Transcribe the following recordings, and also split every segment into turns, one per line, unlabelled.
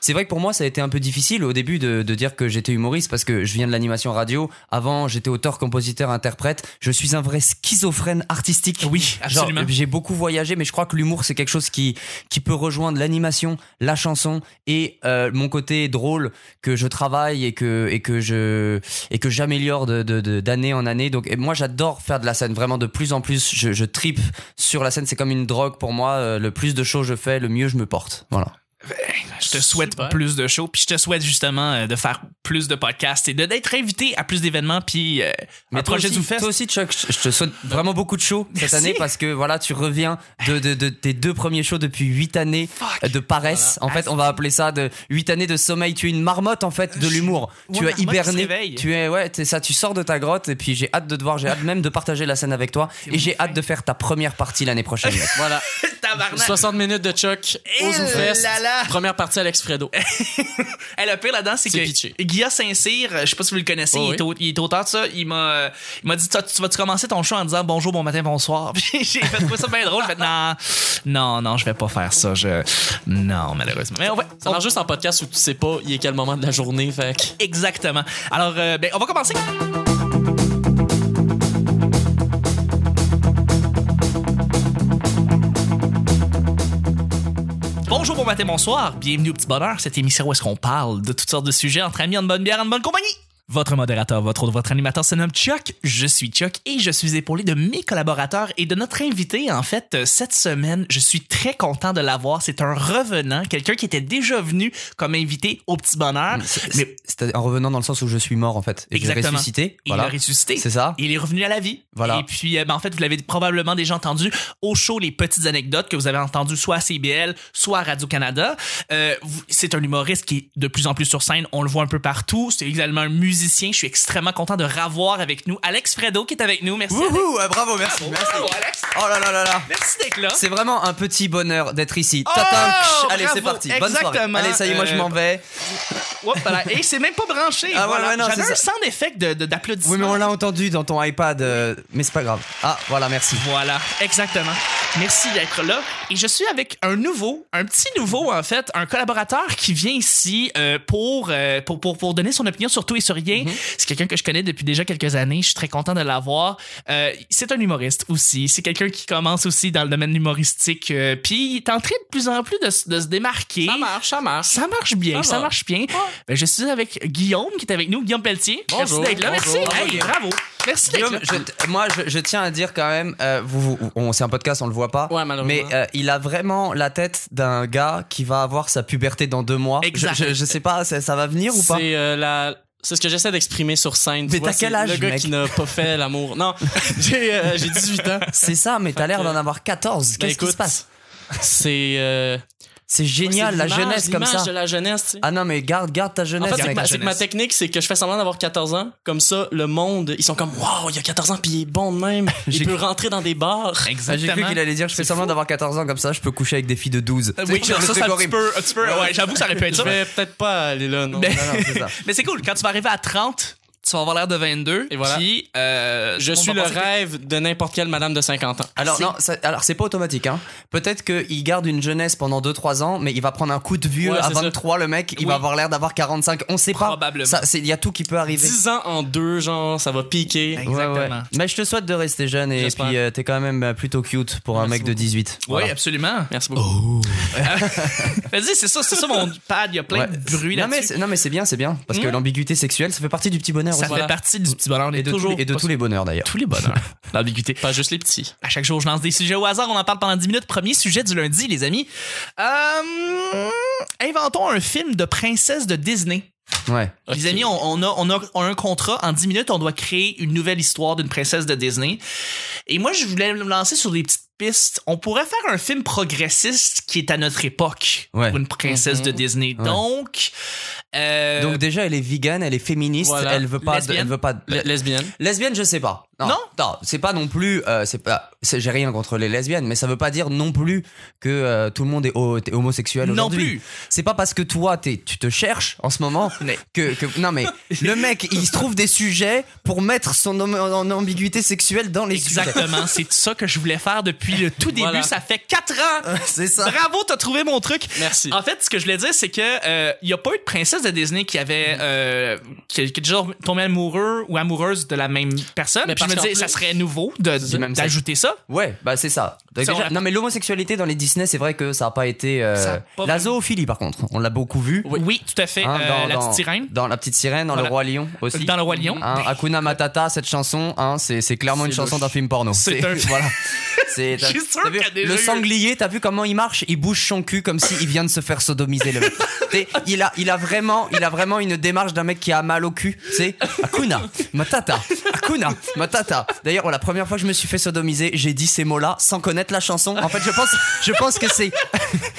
C'est vrai que pour moi, ça a été un peu difficile au début de, de dire que j'étais humoriste parce que je viens de l'animation radio. Avant, j'étais auteur, compositeur, interprète. Je suis un vrai schizophrène artistique.
Oui,
Genre,
absolument.
j'ai beaucoup voyagé, mais je crois que l'humour, c'est quelque chose qui, qui peut rejoindre l'animation, la chanson et euh, mon côté drôle que je travaille et que, et que je, et que j'améliore de, de- de- d'année en année. Donc, et moi, j'adore faire de la scène. Vraiment, de plus en plus, je, je tripe sur la scène. C'est comme une drogue pour moi. Euh, Le plus de shows je fais, le mieux je me porte. Voilà.
je te souhaite
Super.
plus de shows, puis je te souhaite justement euh, de faire plus de podcasts et de- d'être invité à plus d'événements, puis euh, un
Ah, toi
projet
aussi,
du fest.
Toi aussi, Chuck, je je te souhaite vraiment beaucoup de shows cette
Merci.
année parce que voilà, tu reviens de, de, de tes deux premiers shows depuis huit années
Fuck.
de paresse. En fait, on va appeler ça de huit années de sommeil. Tu es une marmotte en fait de l'humour.
Ouais,
tu as
marmotte qui se
hiberné.
réveille.
Tu es ouais, c'est ça. Tu sors de ta grotte et puis j'ai hâte de te voir. J'ai hâte même de partager la scène avec toi et j'ai hâte de faire ta première partie l'année prochaine. mec.
Voilà.
Tabarnak.
60 minutes de Chuck
Eh
au ZooFest.
là là.
Première partie, Alex Fredo.
Eh, le pire là-dedans, c'est
C'est
que
pitché.
Guilla Saint-Cyr, euh, je sais pas si vous le connaissez,
Oh
il, est au- il est auteur de ça. Il m'a, euh, il m'a dit Tu- Tu vas-tu commencer ton show en disant bonjour, bon matin, bonsoir Puis J'ai fait trouver ça bien drôle. J'ai fait Non, non, non, je vais pas faire ça. Je... Non, malheureusement. Mais on va.
Ça
on-
marche juste en podcast où tu sais pas il est quel moment de la journée. Fait que-
Exactement. Alors, euh, ben, on va commencer. Bonjour, bon matin, bonsoir. Bienvenue au Petit Bonheur, cette émission où est-ce qu'on parle de toutes sortes de sujets entre amis, en bonne bière, en bonne compagnie. Votre modérateur, votre autre, votre animateur se nomme Chuck. Je suis Chuck et je suis épaulé de mes collaborateurs et de notre invité, en fait, euh, cette semaine. Je suis très content de l'avoir. C'est un revenant, quelqu'un qui était déjà venu comme invité au Petit Bonheur.
C'est-
Mais-
c'est- c'est- en revenant dans le sens où je suis mort en fait. Et j'ai
Exactement.
ressuscité.
Il
Voilà.
l'a ressuscité.
C'est ça.
Il est revenu à la vie.
Voilà.
Et puis, euh, ben, en fait, vous l'avez probablement déjà entendu au show les petites anecdotes que vous avez entendues soit à CBL, soit à Radio-Canada. Euh, vous- c'est un humoriste qui est de plus en plus sur scène. On le voit un peu partout. C'est également un musicien. Je suis extrêmement content de ravoir avec nous Alex Fredo qui est avec nous. Merci. Alex.
Wouhou, ah, bravo, merci. merci.
Wow, Alex.
Oh là là là là.
Merci d'être
Hein
là.
C'est vraiment un petit bonheur d'être ici.
Oh,
Tatam, ksh, allez,
bravo,
c'est parti. Bonne
exactement.
soirée. Allez, ça y est, moi je
Euh,
m'en vais.
Oups, voilà. Et c'est même pas branché.
Ah ouais,
Voilà.
ouais, non,
J'avais
c'est
un
ça.
sound effect de- de- d'applaudissement.
Oui, mais on l'a entendu dans ton iPad, euh, mais c'est pas grave. Ah, voilà, merci.
Voilà, exactement. Merci d'être là. Et je suis avec un nouveau, un petit nouveau en fait, un collaborateur qui vient ici euh, pour, euh, pour, pour, pour donner son opinion sur tout et sur rien.
Mhm.
C'est quelqu'un que je connais depuis déjà quelques années. Je suis très content de l'avoir. Euh, c'est un humoriste aussi. C'est quelqu'un qui commence aussi dans le domaine humoristique. euh, Puis il est en train de plus en plus de, se- de se démarquer.
Ça marche, ça marche.
Ça marche bien,
Ça
ça,
va.
marche bien. Ben, je suis avec Guillaume qui est avec nous, Guillaume Pelletier.
Bonjour,
Merci d'être là.
bonjour.
Merci.
Bravo,
Hey,
Guillaume.
bravo. Merci d'être
Guillaume,
là.
je t- moi, je, je tiens à dire quand même, euh, vous, vous- on, c'est un podcast, on le voit pas.
Ouais, malheureusement.
mais euh, il a vraiment la tête d'un gars qui va avoir sa puberté dans deux mois. Je-
Exact.
Je, je sais pas, ça, ça va venir ou pas
C'est euh, la. C'est ce que j'essaie d'exprimer sur scène. tu
Mais
vois,
t'as quel
c'est
âge,
Le gars
mec?
qui n'a pas fait l'amour. Non, j'ai euh, j'ai 18 ans.
C'est ça, mais t'as l'air d'en avoir 14.
Ben,
Qu'est-ce qui
écoute,
se passe
C'est euh,
C'est génial,
c'est
la
l'image,
jeunesse comme ça.
L'image de la jeunesse, tu sais.
Ah non, mais garde, garde ta jeunesse,
En fait, c'est que
mec.
ma-
la
c'est que ma
jeunesse.
technique, c'est que je fais semblant d'avoir 14 ans. Comme ça, le monde, ils sont comme, waouh, il y a 14 ans, puis il est bon de même.
J'ai-
Il peut rentrer dans des bars.
Ah, J'ai cru
Exactement.
qu'il allait dire, je fais semblant d'avoir 14 ans comme ça, je peux coucher avec des filles de 12.
Euh,
C'est
Oui,
genre
ça,
le
c'est
truc
un petit
horrible.
peu. un petit peu, ouais, j'avoue, ça aurait pu être
Je
ça.
vais peut-être pas aller là, non.
Mais-
Non, non, c'est ça.
Mais c'est cool, quand tu vas arriver à 30, tu vas avoir l'air de 22.
Et voilà.
Puis, euh,
Je
on
suis
va
le
penser que-
rêve de n'importe quelle madame de 50 ans.
Alors
C'est-
non, ça- alors c'est pas automatique hein. Peut-être qu'il garde une jeunesse pendant 2-3 ans, mais il va prendre un coup de vieux
Ouais,
à
c'est ça.
23 le mec, il
Oui.
va avoir l'air d'avoir 45, on sait pas.
Probablement.
Ça, c'est il y a tout qui peut arriver.
10 ans en deux, genre, ça va piquer.
Ben, Exactement.
Mais je te souhaite de rester jeune et
J'espère.
puis euh, t'es quand même euh, plutôt cute pour un
Merci
mec de
beaucoup.
18.
Oui, absolument.
Merci beaucoup.
Oh. Vas-y, c'est ça, c'est ça mon pad, il y a plein
Ouais.
de bruit
non mais
là-dessus.
c'est- non mais c'est bien, c'est bien parce que
Mm.
l'ambiguïté sexuelle, ça fait partie du petit bonheur
Ça
aussi.
fait
Voilà.
partie du petit bonheur, on est
Et de, tous
toujours
les- et de tous les bonheurs d'ailleurs.
tous les bonheurs. L'ambiguïté.
Pas juste les petits.
À chaque jour, je lance des sujets au hasard. On en parle pendant 10 minutes. Premier sujet du lundi, les amis. Euh, inventons un film de princesse de Disney.
Ouais.
Les
Ok.
amis, on, on a, on, a, on a un contrat. En 10 minutes, on doit créer une nouvelle histoire d'une princesse de Disney. Et moi, je voulais me lancer sur des petites pistes. On pourrait faire un film progressiste qui est à notre époque
Ouais.
pour une princesse de Disney.
Ouais.
Donc, euh,
Donc déjà elle est vegan, elle est féministe,
Voilà.
elle veut pas de-
Lesbienne.
elle veut pas de-
Le- lesbienne.
lesbienne, je sais pas. Non,
Non.
non, c'est pas non plus. euh, c'est pas. c'est- J'ai rien contre les lesbiennes, mais ça veut pas dire non plus que euh, tout le monde est, ho- est homosexuel
Non
aujourd'hui.
plus.
C'est pas parce que toi, t'es- tu te cherches en ce moment
Mais-
que, que- Non, mais le mec, il se trouve des sujets pour mettre son om- en ambiguïté sexuelle dans les sujets.
Exactement, c'est ça que je voulais faire depuis le tout début.
Voilà.
Ça fait quatre ans.
C'est ça.
Bravo, t'as trouvé mon truc.
Merci.
En fait, ce que je voulais dire, c'est que euh, il y a pas eu de princesse de Disney qui avait euh, qui, qui est déjà tombé amoureux ou amoureuse de la même personne.
Mais
Puis je me
parce
disais,
qu'en
ça
plus-
serait nouveau de- de-
même
d'ajouter ça.
Ouais, bah c'est ça. Donc
Ça, on
déjà-
l'a-
non, mais l'homosexualité dans les Disney, c'est vrai que ça a pas été. euh,
Ça a pas
La
vraiment-
zoophilie, par contre, on l'a beaucoup vu.
Oui. tout à fait.
Hein,
Euh, la petite sirène.
Dans la petite sirène, dans
Voilà.
le roi lion aussi.
Dans le roi lion.
Hein, Hakuna Matata, cette chanson, hein, c'est c'est clairement une
C'est
chanson
louche.
d'un film porno.
C'est un-
voilà. C'est
Je suis sûr
t'as vu,
qu'il y a déjà
le
eu-
sanglier, t'as vu comment il marche Il bouge son cul comme s'il vient de se faire sodomiser le mec. T'sais, il a, il a vraiment, il a vraiment une démarche d'un mec qui a mal au cul. C'est Hakuna Matata, Hakuna Matata. D'ailleurs, oh, la première fois que je me suis fait sodomiser, j'ai dit ces mots-là sans connaître la chanson. En fait, je pense, je pense que c'est.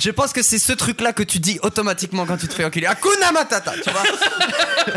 Je pense que c'est ce truc-là que tu dis automatiquement quand tu te fais enculer. Hakuna Matata, tu vois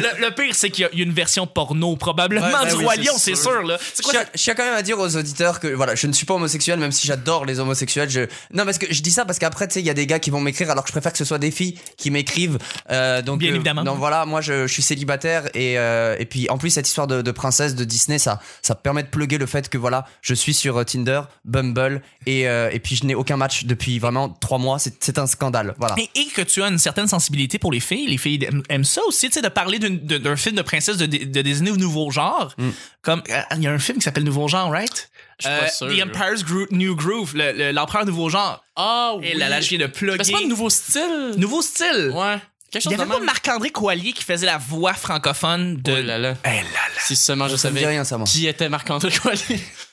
Le, le pire, c'est qu'il y a- il y, a une version porno probablement
Ouais, ben
du
oui,
roi
c'est
lion, c'est sûr.
sûr.
là. C'est quoi
je,
ça?
tiens- je tiens quand même à dire aux auditeurs que voilà, je ne suis pas homosexuel, même si j'adore les homosexuels. Je... Non, parce que je dis ça parce qu'après, tu sais, il y a des gars qui vont m'écrire, alors que je préfère que ce soit des filles qui m'écrivent. Euh, donc,
Bien
euh,
évidemment.
Donc voilà, moi, je, je suis célibataire et, euh, et puis en plus, cette histoire de, de princesse de Disney, ça, ça permet de plugger le fait que voilà, je suis sur euh, Tinder, Bumble et, euh, et puis je n'ai aucun match depuis vraiment trois mois. C'est c'est un scandale. Voilà.
Et, et que tu as une certaine sensibilité pour les filles. Les filles aiment, aiment ça aussi, tu sais, de parler d'une- de- d'un film de princesse de, de Disney ou nouveau genre.
Mm.
Comme euh, il y a un film qui s'appelle Nouveau genre, right? Euh,
suis pas sûr,
The
là.
Empire's Gro- New Groove, le- le- l'empereur nouveau genre.
Ah oui.
Et là, là, je viens de plugger.
Mais c'est pas un nouveau style.
Nouveau style.
Ouais. Quelque
Il
chose
y
de
avait pas
même.
Marc-André Coallier qui faisait la voix francophone de.
Oh là là.
Eh là là.
Si seulement je
Ça me dit
savais
rien, ça, moi.
qui était Marc-André Collet.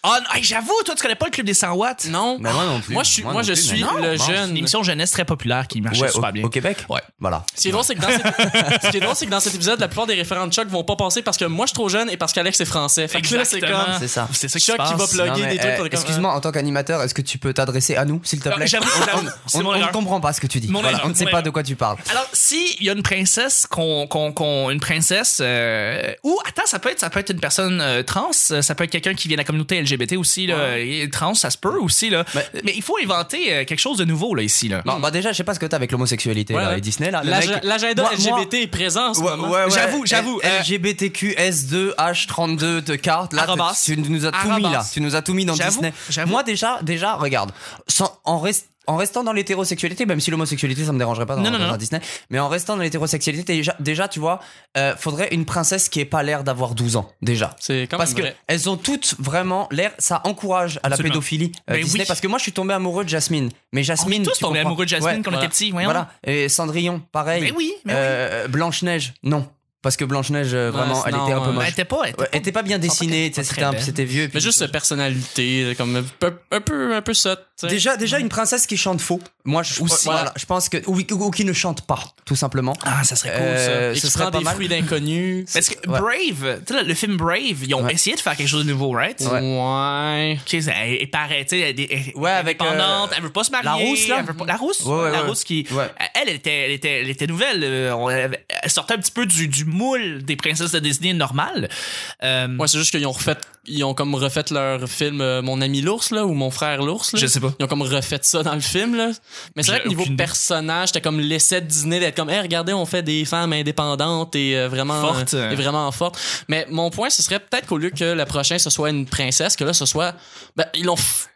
Ah, non, hey, j'avoue, toi, tu connais pas le club des 100 watts?
Non.
Mais moi Ben non plus.
Moi, je suis- moi,
non
je
plus,
suis
mais non.
le
Non.
Une
jeune.
émission jeunesse très populaire qui marchait
Ouais,
super bien.
au, au Québec
Ouais.
Voilà.
Ce qui est drôle, c'est que dans cet... ce qui est drôle, c'est que dans cet épisode, la plupart des référents de Chuck vont pas passer parce que moi, je suis trop jeune et parce qu'Alex est français. Fait que là, c'est
Exactement.
comme.
C'est ça.
C'est ça qui
Chuck
se
qui va
passe.
Non,
plugger
mais,
des trucs.
euh,
pour le-
Excuse-moi, en tant qu'animateur, est-ce que tu peux t'adresser à nous, s'il te
Non,
plaît
j'avoue, j'avoue, c'est
On-
mon
on ne
erreur.
comprend pas ce que tu dis.
Mon
Voilà,
erreur,
on ne sait
mon
pas
erreur.
de quoi tu parles.
Alors, s'il y a une princesse qu'on, qu'on, qu'on- une princesse, euh, ou attends, ça peut être, ça peut être une personne euh, trans, euh, ça peut être quelqu'un qui vient de la communauté LGBT aussi, là, et trans, ça se peut aussi là. Mais,
Mais-
il faut inventer euh, quelque chose de nouveau là ici là.
Bon, bah déjà, je sais pas ce que t'as avec l'homosexualité
Ouais,
là,
ouais.
et Disney là. Le
L'age-
mec-
euh, L'agenda
Moi-
LGBT
moi-
est présent en ce
Ouais,
moment.
ouais, ouais.
J'avoue, j'avoue,
L-
euh,
LGBTQ S2 H32 de carte. Là,
Arrobas.
tu, tu nous as tout
Arrobas.
mis là. Tu nous as tout mis dans
J'avoue,
Disney.
j'avoue.
Moi déjà, déjà, regarde. Sans- en rest- en restant dans l'hétérosexualité, même si l'homosexualité ça me dérangerait pas dans,
Non, non,
dans
non.
un Disney, mais en restant dans l'hétérosexualité, déjà, déjà, tu vois, euh, faudrait une princesse qui ait pas l'air d'avoir 12 ans, déjà.
C'est quand même
Parce que
vrai.
elles ont toutes vraiment l'air, ça encourage à la
Absolument.
pédophilie euh,
Ben
Disney.
oui. Ah,
Parce que moi, je suis tombé amoureux de Jasmine, mais
On est
Jasmine,
tous
tu
tombés
comprends.
amoureux de Jasmine
Ouais,
quand on
voilà.
était petits, voyons.
Voilà. Et Cendrillon, pareil.
Mais oui, mais oui.
Euh, euh, Blanche-Neige, non. Parce que Blanche-Neige, euh, vraiment, elle
sinon,
était un peu
euh,
Ben,
moche.
elle était pas, elle était
Ouais, elle était pas bien dessinée, tu sais,
pas
c'était
très
un-
belle.
c'était vieux. et puis-
Mais juste sa personnalité, euh, comme un peu, un peu, un peu sotte, tu sais.
Déjà, déjà une princesse qui chante faux. Moi, je,
Aussi.
voilà, je pense que. Ou, ou- ou qui ne chante pas, tout simplement.
Ah, ça serait cool ça.
Euh,
Et
ce
qui
serait
prend
pas
des
mal.
fruits d'inconnus.
Parce que
ouais.
Brave, tu sais, le film Brave, ils ont
Ouais.
essayé de faire quelque chose de nouveau, right?
Ouais.
Ouais.
Ok, ça- elle, elle paraît, tu sais, elle, est- elle est
Ouais, avec,
indépendante,
euh,
elle veut pas se marier.
la rousse, là?
elle veut pas- la rousse,
Ouais, ouais,
la
ouais.
rousse qui,
Ouais.
elle, elle était, elle était, elle était nouvelle. euh, on- Elle elle sortait un petit peu du, du moule des princesses de Disney normales. Euh,
Ouais, c'est juste qu'ils ont refait, ils ont comme refait leur film euh, Mon ami l'ours, là, ou Mon frère l'ours, là.
Je sais pas.
Ils ont comme refait ça dans le film, là. Mais c'est
J'ai
vrai que niveau
aucune idée.
personnage, t'as comme l'essai de Disney d'être comme, hey, regardez, on fait des femmes indépendantes et euh, vraiment.
Fortes.
euh, et vraiment fortes. Mais mon point, ce serait peut-être qu'au lieu que la prochaine, ce soit une princesse, que là, ce soit. Ben, ils l'ont. f-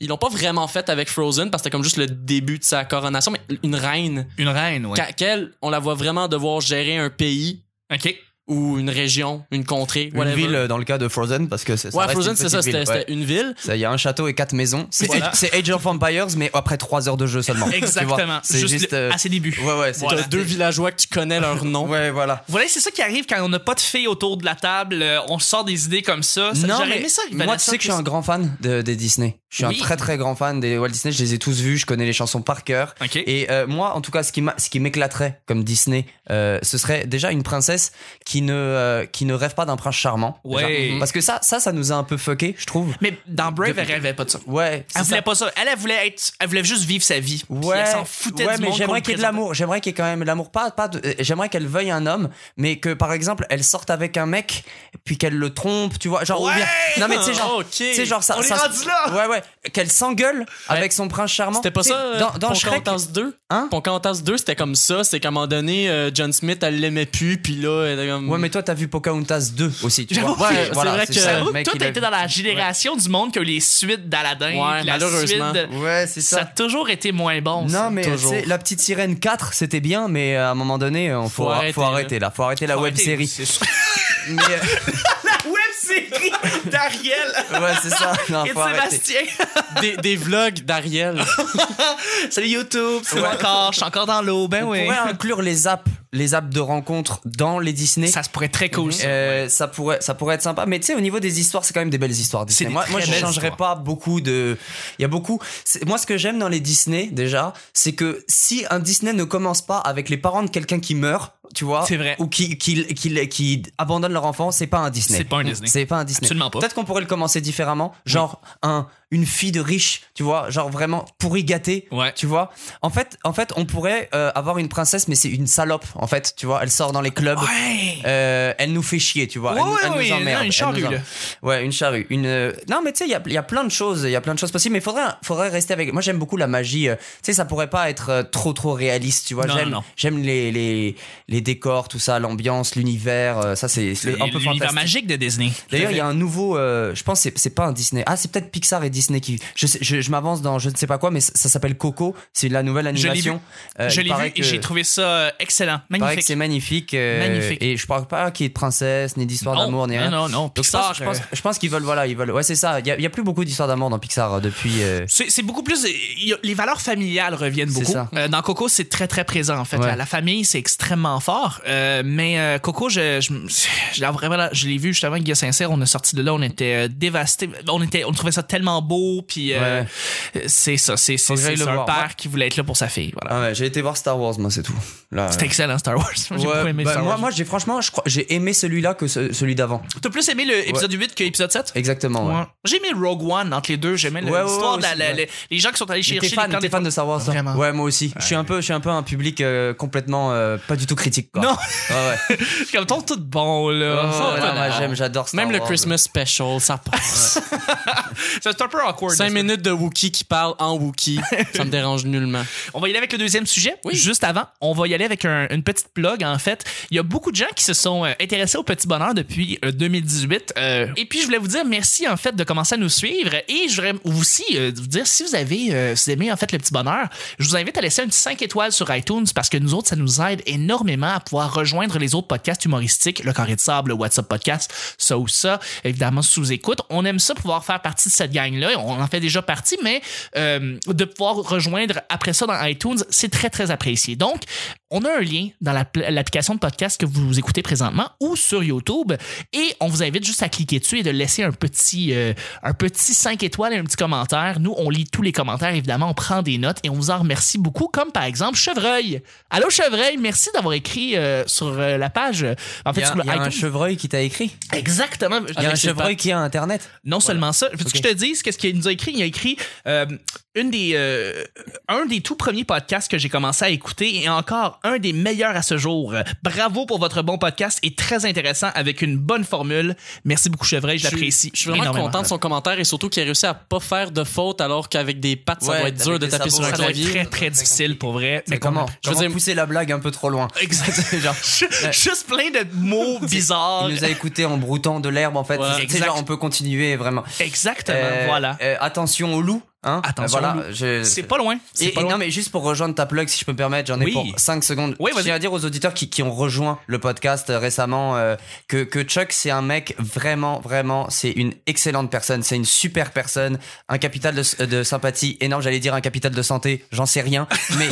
Ils l'ont pas vraiment fait avec Frozen parce que c'était comme juste le début de sa coronation, mais une reine.
Une reine, ouais.
Qu'à- Qu'elle, on la voit vraiment devoir gérer un pays
Ok.
ou une région, une contrée,
Une
whatever.
ville euh, dans le cas de Frozen, parce que c'est ça.
ouais,
reste
Frozen,
une
c'est
petite
ça,
ville,
c'était
ouais.
c'était une ville.
Ça, Il y a un château et quatre maisons. C'est
Voilà.
c'est Age of Empires, mais après trois heures de jeu seulement. tu vois.
Exactement.
C'est
juste,
juste.
le-
euh,
à ses débuts.
Ouais, ouais, c'est
T'as
Voilà.
c'est-
deux villageois que tu connais leur nom.
Ouais, voilà.
Voilà, c'est ça qui arrive quand on n'a pas de filles autour de la table. euh, On sort des idées comme ça. Ça-
Non,
J'aurais
mais
aimé ça.
moi, tu sais que je suis un grand fan de, des Disney. Je suis
Oui.
un très très grand fan des Walt Disney. Je les ai tous vus. Je connais les chansons par cœur.
OK.
Et euh, moi, en tout cas, ce qui m'a- ce qui m'éclaterait comme Disney, euh, ce serait déjà une princesse qui ne euh, qui ne rêve pas d'un prince charmant. déjà.
Ouais.
Parce que ça, ça, ça nous a un peu fucké, je trouve.
Mais dans Brave, elle rêvait pas de ça.
Ouais. c'est
Elle voulait
ça.
pas ça. Elle, elle voulait être. Elle voulait juste vivre sa vie. Puis
Ouais,
elle s'en foutait
ouais,
du
mais
monde qu'on
j'aimerais
lui
qu'il y ait de
présentait.
l'amour. J'aimerais qu'il y ait quand même de l'amour. Pas, pas de- euh, J'aimerais qu'elle veuille un homme, mais que par exemple elle sorte avec un mec, puis qu'elle le trompe, tu vois. Genre, ou
Ouais! Oh,
bien- Non, mais tu sais, genre.
Ok.
Tu sais, genre ça.
On est
ça-
rendu là!
Ouais, ouais. Qu'elle s'engueule avec son prince charmant.
C'était pas
Tu sais,
ça, euh,
Dans, dans Shrek.
Pocahontas 2?
Hein?
Pocahontas 2, c'était comme ça. C'est qu'à un moment donné, euh, John Smith, elle l'aimait plus, puis là, elle était comme...
Ouais, mais toi, t'as vu Pocahontas 2 aussi, tu vois.
J'avoue,
Ouais,
c'est
voilà,
vrai que-
ça, le
J'avoue que
mec,
toi,
il a
t'as été
vu.
dans la génération du monde qui a eu les suites d'Aladin.
Ouais,
la
malheureusement.
suite de-
Ouais, c'est
ça a
ça.
toujours été moins bon. ça.
Non, mais
toujours.
tu sais, la petite sirène 4, c'était bien, mais à un moment donné, euh, faut,
Faut
arrêter,
arrêter,
faut arrêter là. Faut arrêter la
Faut
web
arrêter,
série.
c'est ça.
Mais, euh,
La web série d'Ariel
ouais, c'est ça. Non,
et de
faut arrêter.
Sébastien.
des, des vlogs d'Ariel.
Salut YouTube, c'est moi
Ouais.
encore. Je suis encore dans l'eau. Ben
On
oui.
pourrait inclure les apps, les apps de rencontres dans les Disney.
Ça se pourrait être très cool. ça.
Euh, ça pourrait ça pourrait être sympa mais tu sais au niveau des histoires c'est quand même des belles histoires Disney.
C'est des
moi
très
moi je
belles
changerais pas beaucoup de il y a beaucoup c'est- moi ce que j'aime dans les Disney déjà c'est que si un Disney ne commence pas avec les parents de quelqu'un qui meurt tu vois
C'est vrai.
ou qui qui, qui qui abandonne leur enfant c'est pas un Disney Mm.
C'est pas un Disney.
c'est pas un Disney
Absolument pas.
peut-être qu'on pourrait le commencer différemment genre un une fille de riche tu vois genre vraiment pourri gâtée
Ouais.
tu vois en fait en fait on pourrait euh, avoir une princesse mais c'est une salope en fait tu vois elle sort dans les clubs
Ouais.
euh, elle nous fait chier, tu vois.
Ouais,
elle, nous-
ouais,
elle
ouais,
nous emmerde.
non, une
elle nous
charrue,
emmerde. Ouais, une charrue. Une, euh, Non, mais tu sais, il y a, il y a plein de choses. Il y a plein de choses possibles. Mais faudrait, faudrait rester avec. Moi, j'aime beaucoup la magie. euh, Tu sais, ça pourrait pas être euh, trop, trop réaliste, tu vois.
Non,
J'aime,
non, non.
j'aime les, les, les décors, tout ça, l'ambiance, l'univers. euh, ça, c'est c'est un peu
L'univers
fantastique.
magique de Disney.
D'ailleurs, il y a un nouveau. euh, je pense que c'est- c'est pas un Disney. Ah, c'est peut-être Pixar et Disney qui. Je, sais- je, je m'avance dans je ne sais pas quoi, mais ça, ça s'appelle Coco. C'est la nouvelle
l'ai vu.
animation. Euh,
Je
il
l'ai
paraît
vu et
que-
j'ai trouvé ça euh, excellent.
paraît que
Magnifique.
c'est magnifique, euh,
Magnifique.
Et je parle pas qu'il y ait de princesse, ni d'histoire
Non,
d'amour, ni rien.
Oh, Non, non, non.
Donc
Pixar, euh,
je pense, je pense, je pense qu'ils veulent, voilà, ils veulent. Ouais, c'est ça. Il y, a- il y a plus beaucoup d'histoires d'amour dans Pixar euh, depuis. euh,
C'est c'est beaucoup plus. il y a- Les valeurs familiales reviennent
C'est
beaucoup.
ça.
Euh, dans Coco, c'est très, très présent, en fait.
Ouais.
La, la famille, c'est extrêmement fort. Euh, mais euh, Coco, je, je, je l'ai vraiment- je l'ai vu justement avec Guy Sincère. On est sorti de là, on était euh, dévastés. On, était, on trouvait ça tellement beau. Puis euh,
Ouais.
euh, c'est ça. C'est c'est-
que j'aille
c'est
le
un
voir.
père
Moi-
qui voulait être là pour sa fille. Voilà.
Ah ouais, j'ai été voir Star Wars, moi, c'est tout. Là,
C'était excellent, Star Wars. Moi, J'ai
ouais,
beaucoup aimé
bah,
Star
moi,
Wars.
moi, j'ai franchement, je crois, j'ai aimé celui-là que ce- celui d'avant.
T'as plus aimé l'épisode 8 que l'épisode 7?
Exactement. Ouais.
Ouais. J'ai aimé Rogue One entre les deux. J'aimais le-
Ouais, ouais,
l'histoire
ouais,
de la-
aussi,
la-
ouais.
la- les gens qui sont allés
Mais
chercher
T'es fan,
les plans
t'es
des
fan de Star Wars, toi
Vraiment.
Ouais, moi aussi. Je suis un peu, je suis un peu un public euh, complètement euh, pas du tout critique. Quoi.
Non.
Ouais, ouais.
Comme ton tout bon, là.
Oh,
Ça,
ouais,
là,
non, moi, j'aime, j'adore Star
Même le
Wars.
Christmas Special, ça passe.
C'est un peu awkward.
5 minutes de Wookie qui parle en Wookie, ça me dérange nullement.
On va y aller avec le deuxième sujet.
Oui.
Juste avant, on va y aller avec un- une petite plug, en fait. Il y a beaucoup de gens qui se sont euh, intéressés au Petit Bonheur depuis euh, 2018. Euh, et puis, je voulais vous dire merci, en fait, de commencer à nous suivre. Et je voudrais aussi euh, vous dire, si vous avez euh, si vous aimez, en fait, le Petit Bonheur, je vous invite à laisser un petit 5 étoiles sur iTunes parce que nous autres, ça nous aide énormément à pouvoir rejoindre les autres podcasts humoristiques, Le Carré de Sable, le WhatsApp Podcast, ça ou ça. Évidemment, sous-écoute. On aime ça pouvoir faire partie de cette gang-là. On en fait déjà partie, mais euh, de pouvoir rejoindre après ça dans iTunes, c'est très, très apprécié. Donc, on a un lien dans la pla- l'application de podcast que vous écoutez présentement ou sur YouTube et on vous invite juste à cliquer dessus et de laisser un petit, euh, un petit 5 étoiles et un petit commentaire. Nous, on lit tous les commentaires, évidemment, on prend des notes et on vous en remercie beaucoup, comme par exemple Chevreuil. Allô Chevreuil, merci d'avoir écrit euh, sur euh, la page, euh, en
Il
fait,
y a,
sur le
il y a un
iTunes.
chevreuil qui t'a écrit.
Exactement.
Il y a un
Avec ses
chevreuil qui a internet.
non seulement ça, veux-tu
Ok.
que je te dise qu'est-ce qu'il nous a écrit? Il a écrit euh, une des, euh, un des tout premiers podcasts que j'ai commencé à écouter et encore un des meilleurs à ce jour. Bravo pour votre bon podcast et très intéressant avec une bonne formule. Merci beaucoup, Chevreuil, je
suis-
l'apprécie.
Je suis vraiment
énormément.
content de son commentaire et surtout qu'il a réussi à pas faire de faute alors qu'avec des pattes, ça
Ouais,
doit être dur
avec
de
des
taper sur
sabots,
un
Ça doit être
clavier.
très, très difficile pour vrai.
Mais comment,
qu'on-
je
veux
comment
dire-
pousser la blague un peu trop loin.
Exactement.
Genre,
Juste plein de mots bizarres.
Il nous a écouté en broutant de l'herbe en fait.
Ouais.
C'est- c'est
Oh, Exact.
genre, on peut continuer vraiment.
Exactement,
Euh,
voilà.
euh, attention au loup. Hein.
Attention
Voilà,
au loup.
je-
C'est pas loin.
Et,
C'est pas
et
loin.
non mais juste pour rejoindre ta plug si je peux me permettre, j'en ai
Oui.
pour 5 secondes.
Oui,
je
vas-y.
tiens à dire aux auditeurs qui, qui ont rejoint le podcast euh, récemment euh, que, que Chuck c'est un mec vraiment vraiment c'est une excellente personne, c'est une super personne, un capital de, euh, de sympathie énorme, j'allais dire un capital de santé, j'en sais rien, mais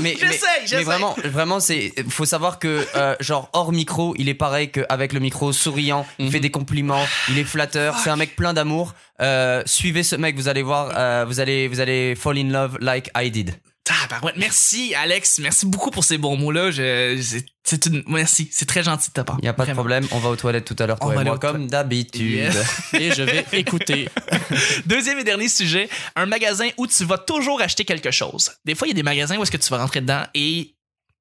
mais, mais,
J'essaye, j'essaye.
mais vraiment vraiment c'est faut savoir que euh, genre hors
Mhm.
micro, il est pareil qu'avec le micro souriant, il fait des compliments, il est flatteur, c'est un mec plein d'amour. euh, suivez ce mec, vous allez voir, euh, vous allez, vous allez fall in love like I did.
Tabarouette. Merci, Alex. Merci beaucoup pour ces bons mots-là. Je- c'est- C'est une, merci. C'est très gentil de ta part.
Il y a pas de
Vraiment.
problème, on va aux toilettes tout à l'heure,
On
toi
va
et
aller
moi,
aux
comme d'habitude.
Yes.
Et je vais écouter.
Deuxième et dernier sujet, un magasin où tu vas toujours acheter quelque chose. Des fois, il y a des magasins où est-ce que tu vas rentrer dedans et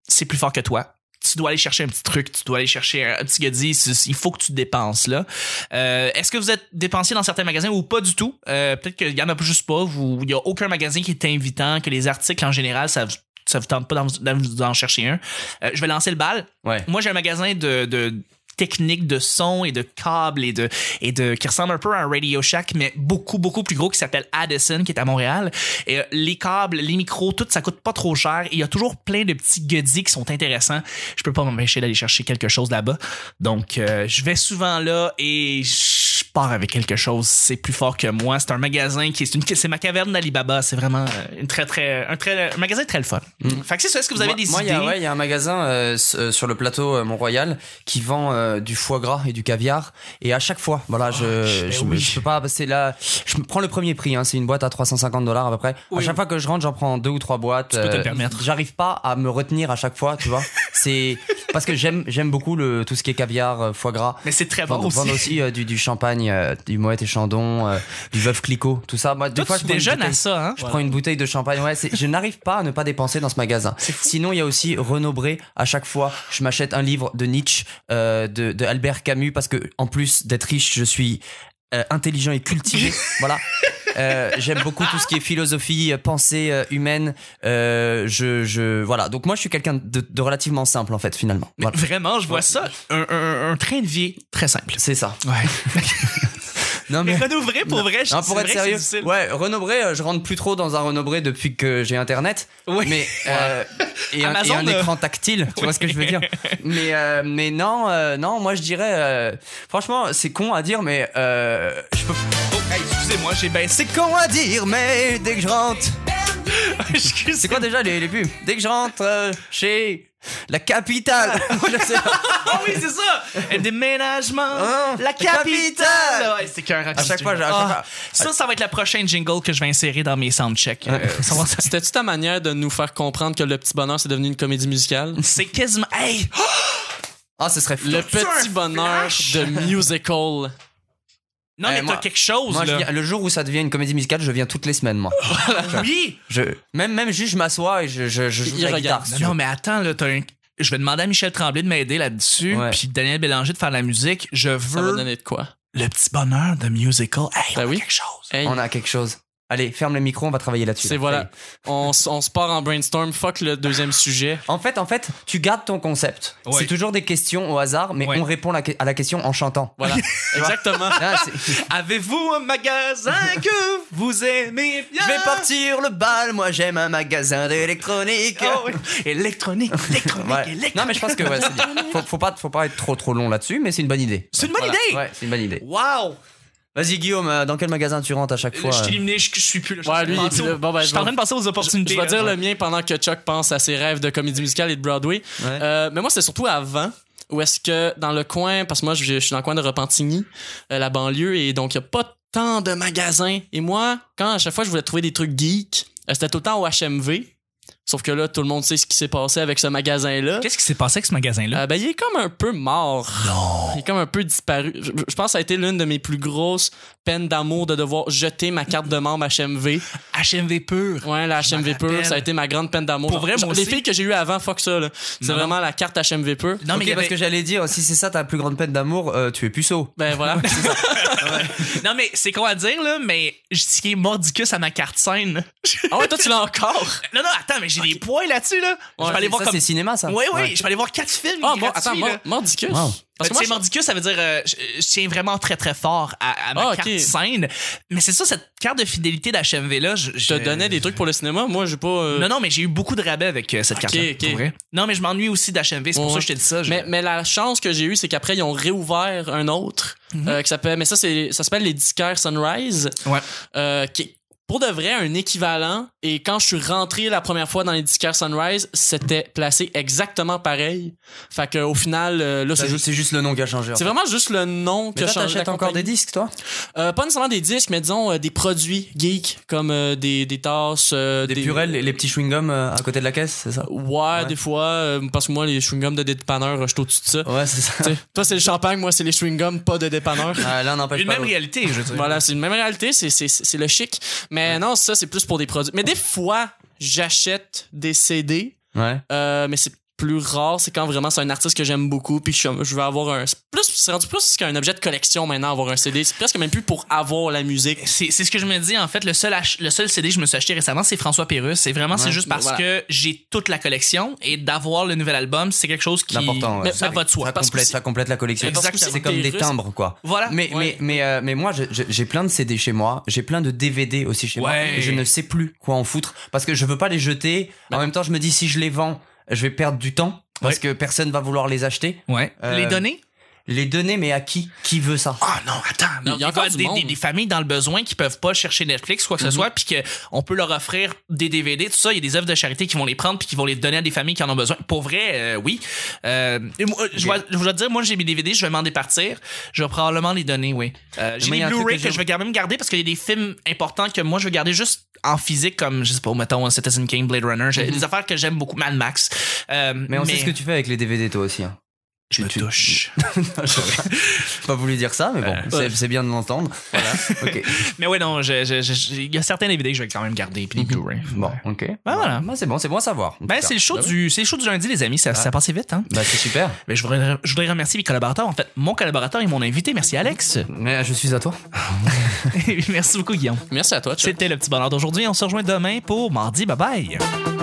c'est plus fort que toi. Tu dois aller chercher un petit truc, tu dois aller chercher un petit goodie, c'est- il faut que tu dépenses là. Euh, Est-ce que vous êtes dépensier dans certains magasins ou pas du tout? Euh, Peut-être qu'il y en a juste pas, vous- il y a aucun magasin qui est invitant, que les articles en général, ça, vous- ça vous tente pas d'en- d'en d'en chercher un. Euh, je vais lancer le bal.
Ouais.
Moi, j'ai un magasin de, de techniques de son et de câbles et de, et de qui ressemble un peu à un Radio Shack, mais beaucoup, beaucoup plus gros, qui s'appelle Addison, qui est à Montréal. Et euh, les câbles, les micros, tout ça coûte pas trop cher. Et il y a toujours plein de petits goodies qui sont intéressants. Je peux pas m'empêcher d'aller chercher quelque chose là-bas. Donc, euh, je vais souvent là et je pars avec quelque chose. C'est plus fort que moi. C'est un magasin qui est une, c'est ma caverne d'Alibaba. C'est vraiment euh, une très, très, un très, un magasin très le fun. Fait que c'est ça. Est-ce que vous avez
Mm. Moi- moi,
des
il y
idées?
a- ouais, il y a un magasin euh, s- euh, sur le plateau euh, Mont-Royal qui vend euh, du foie gras et du caviar. Et à chaque fois, voilà, je,
ben
je,
oui.
je peux pas passer là. Je me prends le premier prix, hein, c'est une boîte à 350 dollars à peu près.
Oui.
À chaque fois que je rentre, j'en prends deux ou trois boîtes. euh,
peux te le permettre.
J'arrive pas à me retenir à chaque fois, tu vois. c'est parce que j'aime j'aime beaucoup le, tout ce qui est caviar, euh, foie gras.
Mais c'est très bon
Vendre vendre aussi, euh, du, du champagne, euh, du Moët et Chandon, euh, du Veuve Clicquot, tout ça. Moi, des
Toi,
fois,
tu
je prends une
déjeunes à
bouteille-
ça, hein?
je prends une bouteille de champagne. Ouais, c'est- je n'arrive pas à ne pas dépenser dans ce magasin. Sinon, il y a aussi Renaud Bré. À chaque fois, je m'achète un livre de Nietzsche, euh, de, de Albert Camus, parce que en plus d'être riche, je suis euh, intelligent et cultivé. voilà. Euh, J'aime beaucoup tout ce qui est philosophie, euh, pensée euh, humaine. Euh, je, je, voilà. Donc moi, je suis quelqu'un de, de relativement simple en fait, finalement. Voilà.
Vraiment, je vois ça. Un, un- un train de vie très simple.
C'est ça.
Ouais.
Non
Mais renouveler pour vrai, je
Non,
c'est
pour être
vrai que
sérieux,
c'est difficile.
ouais, Renaud Bré, euh, je rentre plus trop dans un Renaud Bré depuis que j'ai internet.
Oui.
Mais euh, et, un, et
Amazon,
un
euh,
écran tactile, tu vois ce que je veux dire. Mais euh, mais non, euh, non, moi je dirais, euh, franchement, c'est con à dire, mais euh, je peux.
Oh, hey, excusez-moi, j'ai baissé.
C'est con à dire, mais dès que je rentre, c'est
Excusez-moi.
quoi déjà les, les pubs Dès que je rentre euh, chez la capitale, je sais pas.
Ah oui, c'est ça! Un déménagement!
Hein?
la
La capitale.
capitale! Ouais, c'est qu'un
À chaque fois, j'ai- à chaque fois-
Ça, ça va être la prochaine jingle que je vais insérer dans mes soundchecks. Euh, ça va-
C'était-tu ta manière de nous faire comprendre que le petit bonheur, c'est devenu une comédie musicale?
c'est quasiment. Hey!
Ah, ce serait fou.
Le
C'est un
petit bonheur
flash.
de musical.
Non,
Eh,
mais
moi-
t'as quelque chose,
Moi, je
là.
viens- le jour où ça devient une comédie musicale, je viens toutes les semaines, moi.
Oui!
Je, même, même juste, je m'assois et je, je, je joue de
Il
la
regarde.
guitare. si
Non,
tu veux.
non, mais attends, là, t'as un. Je vais demander à Michel Tremblay de m'aider là-dessus,
Ouais.
puis Daniel Bélanger de faire de la musique. Je
Ça va
veux
donner de quoi?
le petit bonheur de musical. Hey,
Ben
on a
oui.
quelque chose.
Hey,
On a quelque chose. Allez, ferme le micro, on va travailler là-dessus.
c'est voilà. On, s- on se part en brainstorm. Fuck le deuxième sujet.
En fait, en fait, tu gardes ton concept.
Ouais.
C'est toujours des questions au hasard, mais
Ouais.
on répond la que- à la question en chantant.
Voilà. Exactement.
Ah, c'est-
Avez-vous un magasin que vous aimez bien?
je vais partir le bal, moi j'aime un magasin d'électronique.
Oh oui. Électronique, électronique,
Ouais.
électronique.
Non mais je pense que ouais, c'est bien. Faut, faut pas, faut pas être trop trop long là-dessus, mais c'est une bonne idée.
C'est une bonne
Voilà.
idée!
Ouais, c'est une bonne idée.
Wow!
Vas-y Guillaume, euh, dans quel magasin tu rentres à chaque fois
je
euh
suis éliminé, je, je suis plus là. Je
Ouais,
suis
lui,
pensé
il est
aux-
là. Bon, ben,
je
je
suis en
vais-
train de penser aux opportunités.
Je vais
là.
dire le mien pendant que Chuck pense à ses rêves de comédie musicale et de Broadway.
Ouais.
Euh, mais moi, c'est surtout avant. Où est-ce que dans le coin, parce que moi je, je suis dans le coin de Repentigny, euh, la banlieue, et donc il n'y a pas tant de magasins. Et moi, quand à chaque fois je voulais trouver des trucs geeks, euh, c'était tout le temps au HMV. Sauf que là, tout le monde sait ce qui s'est passé avec ce magasin-là.
Qu'est-ce qui s'est passé avec ce magasin-là?
Euh, ben, il est comme un peu mort. Il est comme un peu disparu. Je, je pense que ça a été l'une de mes plus grosses peines d'amour de devoir jeter ma carte de membre HMV.
HMV pur.
Ouais, la
Je m'en
HMV pur,
rappelle.
ça a été ma grande peine d'amour.
Pour vrai, moi
Les
aussi.
filles que j'ai eues avant, fuck ça, là. C'est
Non, non.
vraiment la carte HMV pur.
Non,
Ok,
mais il y
parce
avait-
que j'allais dire, si c'est ça ta plus grande peine d'amour, euh, tu es puceau.
Ben voilà.
Non, mais c'est quoi à dire, là? Mais je tiquais mordicus à ma carte scène.
ah ouais, toi, tu l'as encore.
non, non, attends, mais j'ai des points là-dessus, là. je
Ouais,
vais aller voir
ça
comme.
c'est cinéma ça.
Oui, oui, je vais aller voir quatre films.
Ah,
gratuits,
bon, attends,
là. Ben,
mor- mordicus.
Wow.
Parce que moi,
tu sais, mordicus, ça veut dire euh, je, je tiens vraiment très très fort à, à ma
Ah, ok.
carte scène. Mais c'est ça, cette carte de fidélité d'HMV là, je,
je te donnais des trucs pour le cinéma. Moi, j'ai pas. euh,
Non, non, mais j'ai eu beaucoup de rabais avec euh, cette carte-là.
ok.
pour vrai. Non, mais je m'ennuie aussi d'HMV, c'est pour
Ouais.
ça que je te dis ça. je-
Mais, mais la chance que j'ai eue, c'est qu'après, ils ont réouvert
Mhm.
un autre. euh, qui s'appelle, mais ça, c'est, ça s'appelle les Disquaires Sunrise.
Ouais.
euh, qui est pour de vrai, un équivalent. Et quand je suis rentré la première fois dans les disquaires Sunrise, c'était placé exactement pareil. Fait que, au final, euh, là,
C'est
c'est juste.
juste, le nom qui a changé. en
C'est
fait.
vraiment juste le nom qui
Mais
a
toi,
changé.
t'achètes
la
encore des
compagnie.
disques, toi
Euh, pas nécessairement des disques, mais disons euh, des produits geeks comme euh, des, des tasses, euh,
Des purelles, les, les petits chewing-gums euh, à côté de la caisse, c'est ça
Ouais, des fois, euh, parce que moi, les chewing-gums de dépanneur, euh, je suis au-dessus de ça.
Ouais, c'est ça.
Tu sais, Toi, c'est le champagne, moi, c'est les chewing-gums, pas de dépanneur.
Ah, L'un n'empêche
Une
pas
même
l'autre.
réalité, je veux dire.
voilà, c'est une même réalité, c'est- c'est c'est le chic. Mais non, ça, c'est plus pour des produits. Mais des fois, j'achète des CD,
Ouais.
euh, mais c'est plus rare, c'est quand vraiment c'est un artiste que j'aime beaucoup, puis je, je veux avoir un. C'est plus- c'est rendu plus qu'un objet de collection maintenant, avoir un CD. C'est presque même plus pour avoir la musique.
C'est c'est ce que je me dis en fait le seul ach- le seul CD que je me suis acheté récemment c'est François Pérus c'est vraiment c'est
Ouais,
juste
ben
parce
voilà.
que j'ai toute la collection et d'avoir le nouvel album c'est quelque chose qui
L'important, ouais.
Mais ça va de soi
Ça
parce que
complète,
c'est-
ça complète la collection.
Exactement.
C'est comme des timbres, quoi.
voilà
Mais,
Ouais.
mais, mais, euh, mais moi, je- je- j'ai plein de CD chez moi, j'ai plein de DVD aussi chez moi,
Ouais.
et je ne sais plus quoi en foutre parce que je veux pas les jeter. En
Ben.
même temps, je me dis si je les vends, je vais perdre du temps parce
Ouais.
que personne va vouloir les acheter.
ouais
Euh,
les données
Les donner, mais à qui Qui veut ça
Ah non, attends,
Il y a
non, il y a
encore du
des,
monde.
des- des familles dans le besoin qui peuvent pas chercher Netflix, quoi que
Mhm.
Mm-hmm.
ce soit, puis que on peut leur offrir des DVD, tout ça. Il y a des œuvres de charité qui vont les prendre puis qui vont les donner à des familles qui en ont besoin. Pour vrai, euh, oui. Euh, et moi, je, vais, je vais te dire, moi j'ai mes DVD, je vais m'en départir. Je vais probablement les donner, oui. Euh, j'ai
Mais il y
mes
a un truc
Blu-ray
que
que,
j'ai-
je vais quand même garder parce qu'il y a des films importants que moi je veux garder juste en physique, comme je sais pas, mettons Citizen Kane, Blade Runner, j'ai des affaires que j'aime beaucoup, Mad Max. Euh,
Mm-hmm. Mais on sait ce que tu fais avec les DVD, toi aussi. hein.
je me
tu-
touche.
J'ai pas voulu dire ça, mais bon,
Euh,
c'est-
ouais.
c'est bien de l'entendre. Voilà. ok.
Mais ouais, non, je- je- je- il y a certains DVD que je vais quand même garder, puis des Blu-ray.
Bon, ok.
Ben voilà.
Ben, c'est bon, c'est bon à savoir. en
Ben,
tout
c'est
cas.
le, show
Ah oui.
du, c'est le show du lundi, les amis. Ça, ça a passé vite, hein?
Ben, c'est super.
Mais je voudrais, je voudrais remercier mes collaborateurs. En fait, mon collaborateur et mon invité. Merci, Alex.
Mais euh, je suis à toi.
Et merci beaucoup, Guillaume.
Merci à toi, Chuck.
C'était le petit bonheur d'aujourd'hui. On se rejoint demain pour mardi. Bye bye.